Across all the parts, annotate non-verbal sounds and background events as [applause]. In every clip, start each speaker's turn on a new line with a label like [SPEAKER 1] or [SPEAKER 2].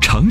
[SPEAKER 1] 长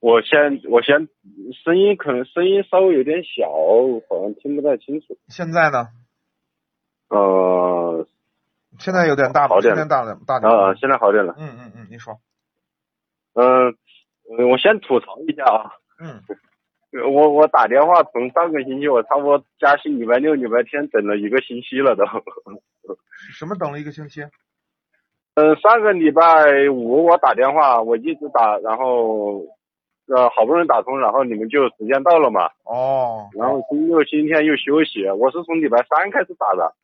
[SPEAKER 2] 我先我先声音可能声音稍微有点小，好像听不太清楚。
[SPEAKER 3] 现在呢？
[SPEAKER 2] 呃
[SPEAKER 3] 现在有点大吧，
[SPEAKER 2] 好点
[SPEAKER 3] 今
[SPEAKER 2] 了
[SPEAKER 3] 天大点大点。
[SPEAKER 2] 呃，现在好点了。
[SPEAKER 3] 嗯嗯嗯，你说，
[SPEAKER 2] 嗯、呃，我先吐槽一下啊，
[SPEAKER 3] 嗯
[SPEAKER 2] 我我打电话从上个星期我差不多加薪礼拜六礼拜天等了一个星期了都。 [laughs]
[SPEAKER 3] 什么等了一个星期？
[SPEAKER 2] 嗯，上个礼拜五我打电话，我一直打，然后呃好不容易打通，然后你们就时间到了嘛，
[SPEAKER 3] 哦，
[SPEAKER 2] 然后星期六、星期天又休息，我是从礼拜三开始打的，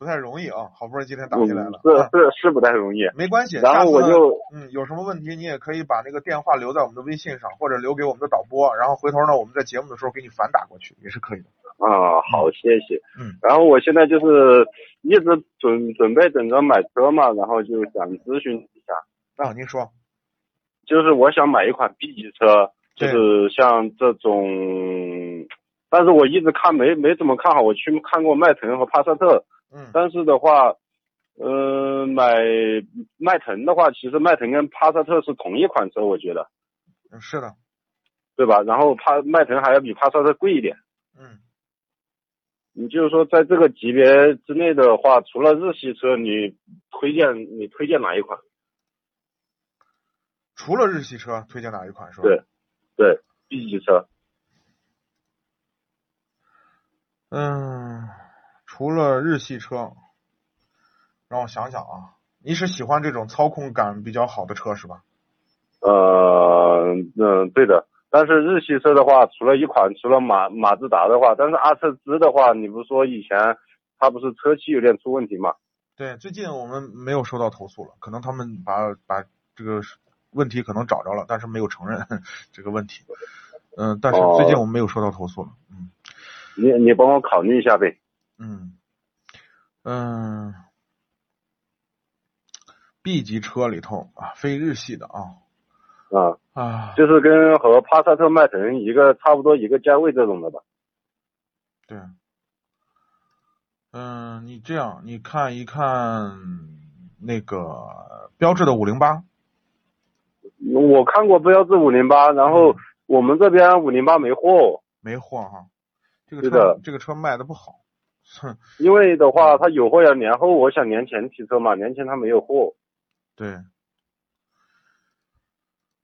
[SPEAKER 3] 不太容易啊，好不容易今天打
[SPEAKER 2] 嗯，
[SPEAKER 3] 进来了，
[SPEAKER 2] 是
[SPEAKER 3] 啊
[SPEAKER 2] 是是不太容易。
[SPEAKER 3] [laughs] 没关系。
[SPEAKER 2] 然
[SPEAKER 3] 下
[SPEAKER 2] 后
[SPEAKER 3] 次
[SPEAKER 2] 我就
[SPEAKER 3] 嗯，有什么问题你也可以把那个电话留在我们的微信上，或者留给我们的导播，然后回头呢，我们在节目的时候给你反打过去也是可以的。
[SPEAKER 2] 啊，好，谢谢。
[SPEAKER 3] 嗯
[SPEAKER 2] 然后我现在就是一直准准备等着买车嘛，然后就想咨询一下，
[SPEAKER 3] 啊，您说，
[SPEAKER 2] 就是我想买一款 B 级车，就
[SPEAKER 3] 对
[SPEAKER 2] 是像这种，但是我一直看没没怎么看好，我去看过迈腾和帕萨特，
[SPEAKER 3] 嗯
[SPEAKER 2] 但是的话，呃，买迈腾的话，其实迈腾跟帕萨特是同一款车，我觉得，
[SPEAKER 3] 嗯，是的，
[SPEAKER 2] 对吧？然后帕迈腾还要比帕萨特贵一点。
[SPEAKER 3] 嗯
[SPEAKER 2] 你就是说，在这个级别之内的话，除了日系车，你推荐你推荐哪一款？
[SPEAKER 3] 除了日系车，推荐哪一款是吧？
[SPEAKER 2] 对 B 级车？
[SPEAKER 3] 嗯，除了日系车，让我想想啊，你是喜欢这种操控感比较好的车是吧？
[SPEAKER 2] 呃，嗯、对的。但是日系车的话，除了一款，除了马马自达的话，但是阿特兹的话，你不是说以前它不是车漆有点出问题嘛？
[SPEAKER 3] 对，最近我们没有收到投诉了，可能他们把把这个问题可能找着了，但是没有承认 [laughs] 这个问题。嗯、但是最近
[SPEAKER 2] 哦
[SPEAKER 3] 我们没有收到投诉了。嗯
[SPEAKER 2] 你你帮我考虑一下呗。
[SPEAKER 3] 嗯嗯，B 级车里头啊，非日系的啊
[SPEAKER 2] 啊、
[SPEAKER 3] 啊，
[SPEAKER 2] 就是跟和帕萨特、迈腾一个差不多一个价位这种的吧。
[SPEAKER 3] 对，嗯，你这样，你看一看那个标致的五零八，
[SPEAKER 2] 我看过标致五零八，然后我们这边五零八没货。哦
[SPEAKER 3] 没货哈，这个
[SPEAKER 2] 是
[SPEAKER 3] 车
[SPEAKER 2] 的
[SPEAKER 3] 这个车卖的不好，哼，
[SPEAKER 2] 因为的话，它有货要年后，我想年前提车嘛，年前它没有货。
[SPEAKER 3] 对，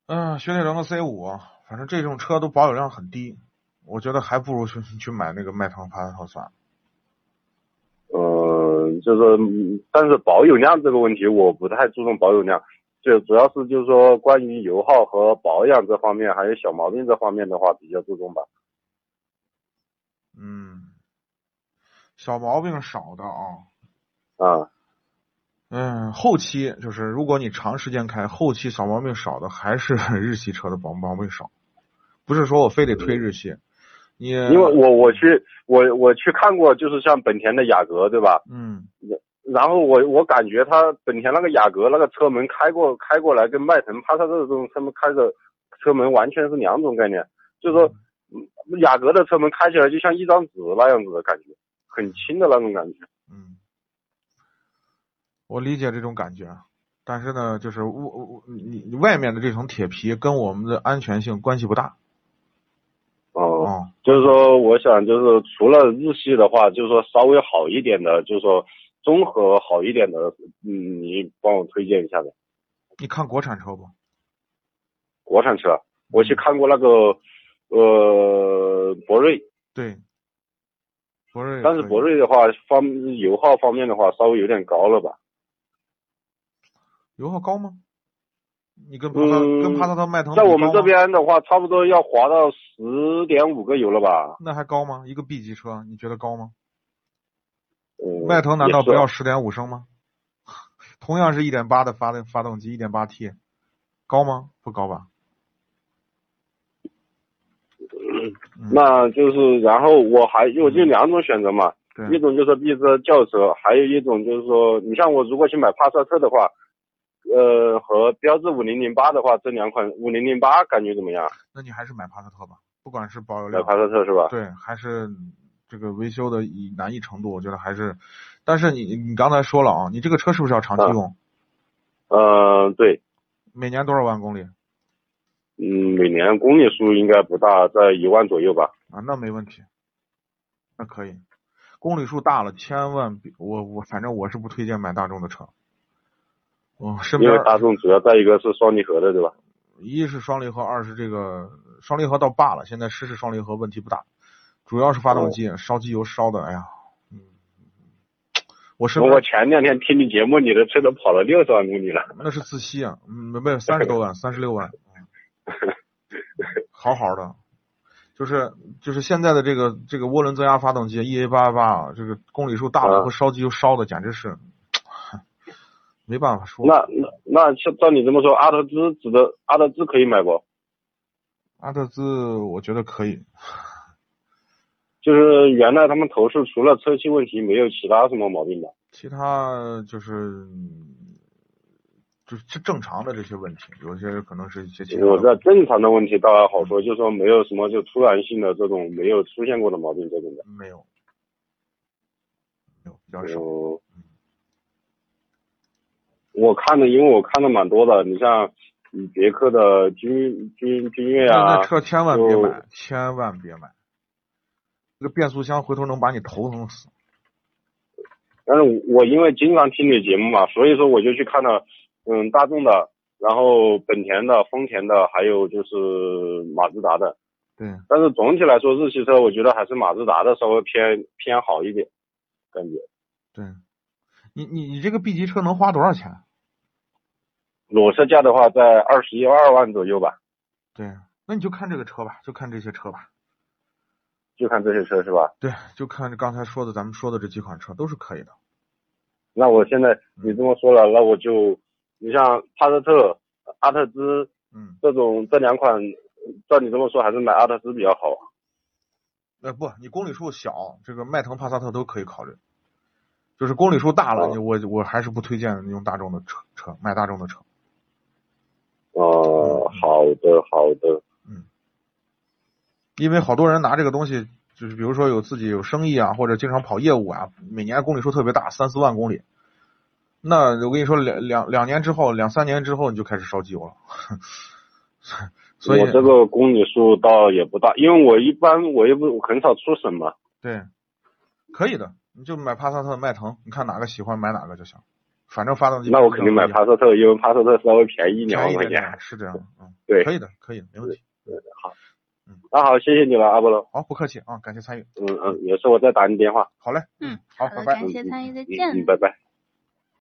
[SPEAKER 3] 嗯，雪铁龙的 C 五，反正这种车都保有量很低，我觉得还不如去去买那个迈腾帕萨特算了。
[SPEAKER 2] 嗯、就是，嗯但是保有量这个问题，我不太注重保有量，就主要是就是说关于油耗和保养这方面，还有小毛病这方面的话比较注重吧。
[SPEAKER 3] 嗯，小毛病少的啊，
[SPEAKER 2] 啊，
[SPEAKER 3] 嗯，后期就是如果你长时间开，后期小毛病少的还是 [laughs] 日系车的毛毛病少，不是说我非得推日系，你
[SPEAKER 2] 因为我我去我我去看过，就是像本田的雅阁，对吧？
[SPEAKER 3] 嗯
[SPEAKER 2] 然后我我感觉它本田那个雅阁那个车门开过开过来，跟迈腾、帕萨特这种车门开着车门完全是两种概念，就是说嗯雅阁的车门开起来就像一张纸那样子的感觉，很轻的那种感觉。
[SPEAKER 3] 嗯，我理解这种感觉，但是呢，就是我我你你外面的这层铁皮跟我们的安全性关系不大
[SPEAKER 2] 哦、
[SPEAKER 3] 啊、
[SPEAKER 2] 就是说我想就是除了日系的话，就是说稍微好一点的，就是说综合好一点的，嗯，你帮我推荐一下呗。
[SPEAKER 3] 你看国产车不？
[SPEAKER 2] 国产车，我去看过那个呃博瑞，
[SPEAKER 3] 对，博瑞，
[SPEAKER 2] 但是博，瑞的话，方油耗方面的话，稍微有点高了吧？
[SPEAKER 3] 油耗高吗？你跟帕萨、跟
[SPEAKER 2] 嗯
[SPEAKER 3] 帕萨特、迈腾
[SPEAKER 2] 在
[SPEAKER 3] 比
[SPEAKER 2] 我们
[SPEAKER 3] 高
[SPEAKER 2] 这
[SPEAKER 3] 吗，
[SPEAKER 2] 边的话，差不多要滑到十点五个油了吧？
[SPEAKER 3] 那还高吗？一个 B 级车，你觉得高吗？
[SPEAKER 2] 嗯，
[SPEAKER 3] 迈腾难道不
[SPEAKER 2] 也
[SPEAKER 3] 要
[SPEAKER 2] 是？
[SPEAKER 3] 十点五升吗？ [laughs] 同样是一点八的发动发动机，一点八 T，高吗？不高吧？嗯
[SPEAKER 2] 那就是然后我还我就两种选择嘛，一
[SPEAKER 3] 对，
[SPEAKER 2] 种就是避车轿车，还有一种就是说，你像我如果去买帕萨特的话，呃，和标致五零零八的话，这两款五零零八感觉怎么样？
[SPEAKER 3] 那你还是买帕萨特吧，不管是保有
[SPEAKER 2] 买
[SPEAKER 3] 量，
[SPEAKER 2] 帕萨特是吧？
[SPEAKER 3] 对，还是这个维修的以难易程度，我觉得还是。但是你你刚才说了啊，你这个车是不是要长期
[SPEAKER 2] 嗯
[SPEAKER 3] 用？
[SPEAKER 2] 嗯、对，
[SPEAKER 3] 每年多少万公里
[SPEAKER 2] 嗯，每年公里数应该不大，在一万左右吧。
[SPEAKER 3] 啊？那没问题，那可以。公里数大了，千万别我我反正我是不推荐买大众的车。我身
[SPEAKER 2] 因
[SPEAKER 3] 边
[SPEAKER 2] 为大众主要在一个是双离合的，对吧？
[SPEAKER 3] 一是双离合，二是这个双离合倒罢了，现在湿式双离合问题不大，主要是发动
[SPEAKER 2] 哦
[SPEAKER 3] 机、烧机油烧的，哎呀，嗯，我身
[SPEAKER 2] 我
[SPEAKER 3] 边
[SPEAKER 2] 前两天听你节目，你的车都跑了六十万公里了。
[SPEAKER 3] 那是自吸啊，嗯，没没三十多万，三十六万，好好的，就是就是现在的这个这个涡轮增压发动机 EA 八八啊，这个公里数大了
[SPEAKER 2] 嗯
[SPEAKER 3] 和烧机油烧的，简直是没办法说。
[SPEAKER 2] 那那那像照你这么说，阿特兹值得阿特兹可以买不？
[SPEAKER 3] 阿特兹我觉得可以，
[SPEAKER 2] 就是原来他们投诉除了车漆问题，没有其他什么毛病吧？
[SPEAKER 3] 其他就是就是正正常的这些问题，有些可能是一些其他
[SPEAKER 2] 我知道
[SPEAKER 3] 的。
[SPEAKER 2] 正常的问题倒还好说，就是说没有什么就突然性的这种没有出现过的毛病这种的。
[SPEAKER 3] 没有，没有比较少。
[SPEAKER 2] 嗯，我看的，因为我看的蛮多的，你像嗯别克的君君君越
[SPEAKER 3] 那
[SPEAKER 2] 啊
[SPEAKER 3] 那，车千万别
[SPEAKER 2] 就
[SPEAKER 3] 买，千万别买。这个变速箱回头能把你头疼死。
[SPEAKER 2] 但是我我因为经常听你节目嘛，所以说我就去看了，嗯，大众的，然后本田的、丰田的，还有就是马自达的。
[SPEAKER 3] 对，
[SPEAKER 2] 但是总体来说，日系车我觉得还是马自达的稍微偏偏好一点，感觉。
[SPEAKER 3] 对，你你你这个 B 级车能花多少钱？
[SPEAKER 2] 裸车价的话，在二十一二万左右吧，
[SPEAKER 3] 对，那你就看这个车吧，就看这些车吧。
[SPEAKER 2] 就看这些车是吧？
[SPEAKER 3] 对，就看刚才说的，咱们说的这几款车都是可以的。
[SPEAKER 2] 那我现在你这么说了，那我就，你像帕萨特、阿特兹
[SPEAKER 3] 嗯，
[SPEAKER 2] 这种这两款，照你这么说，还是买阿特兹比较好。
[SPEAKER 3] 呃，不，你公里数小，这个迈腾、帕萨特都可以考虑。就是公里数大了，
[SPEAKER 2] 哦
[SPEAKER 3] 你我我还是不推荐用大众的车车买大众的车。
[SPEAKER 2] 哦、好的，好的，
[SPEAKER 3] 因为好多人拿这个东西，就是比如说有自己有生意啊，或者经常跑业务啊，每年公里数特别大，三四万公里。那我跟你说，两两两年之后，两三年之后，你就开始烧机油了。 [laughs] 所以
[SPEAKER 2] 我，这个公里数倒也不大，因为我一般我又不很少出省嘛。
[SPEAKER 3] 对，可以的，你就买帕萨特、迈腾，你看哪个喜欢买哪个就行。反正发动机
[SPEAKER 2] 那我肯定买
[SPEAKER 3] 帕
[SPEAKER 2] 帕萨特，因为帕萨特稍微便宜一两
[SPEAKER 3] 便
[SPEAKER 2] 万
[SPEAKER 3] 宜
[SPEAKER 2] 块
[SPEAKER 3] 点
[SPEAKER 2] 钱。
[SPEAKER 3] 点，是这样，嗯，
[SPEAKER 2] 对
[SPEAKER 3] 可以的，可以的，没问题。
[SPEAKER 2] 那啊好，谢谢你了，阿波罗。
[SPEAKER 3] 好，不客气啊，感谢参与，
[SPEAKER 2] 嗯嗯，有事我再打你电话。
[SPEAKER 3] 好嘞，
[SPEAKER 4] 嗯，
[SPEAKER 3] 好，
[SPEAKER 4] 好
[SPEAKER 3] 拜
[SPEAKER 4] 的，
[SPEAKER 3] 拜。
[SPEAKER 4] 感谢参与，再
[SPEAKER 2] 嗯
[SPEAKER 4] 见
[SPEAKER 2] 嗯，。拜拜。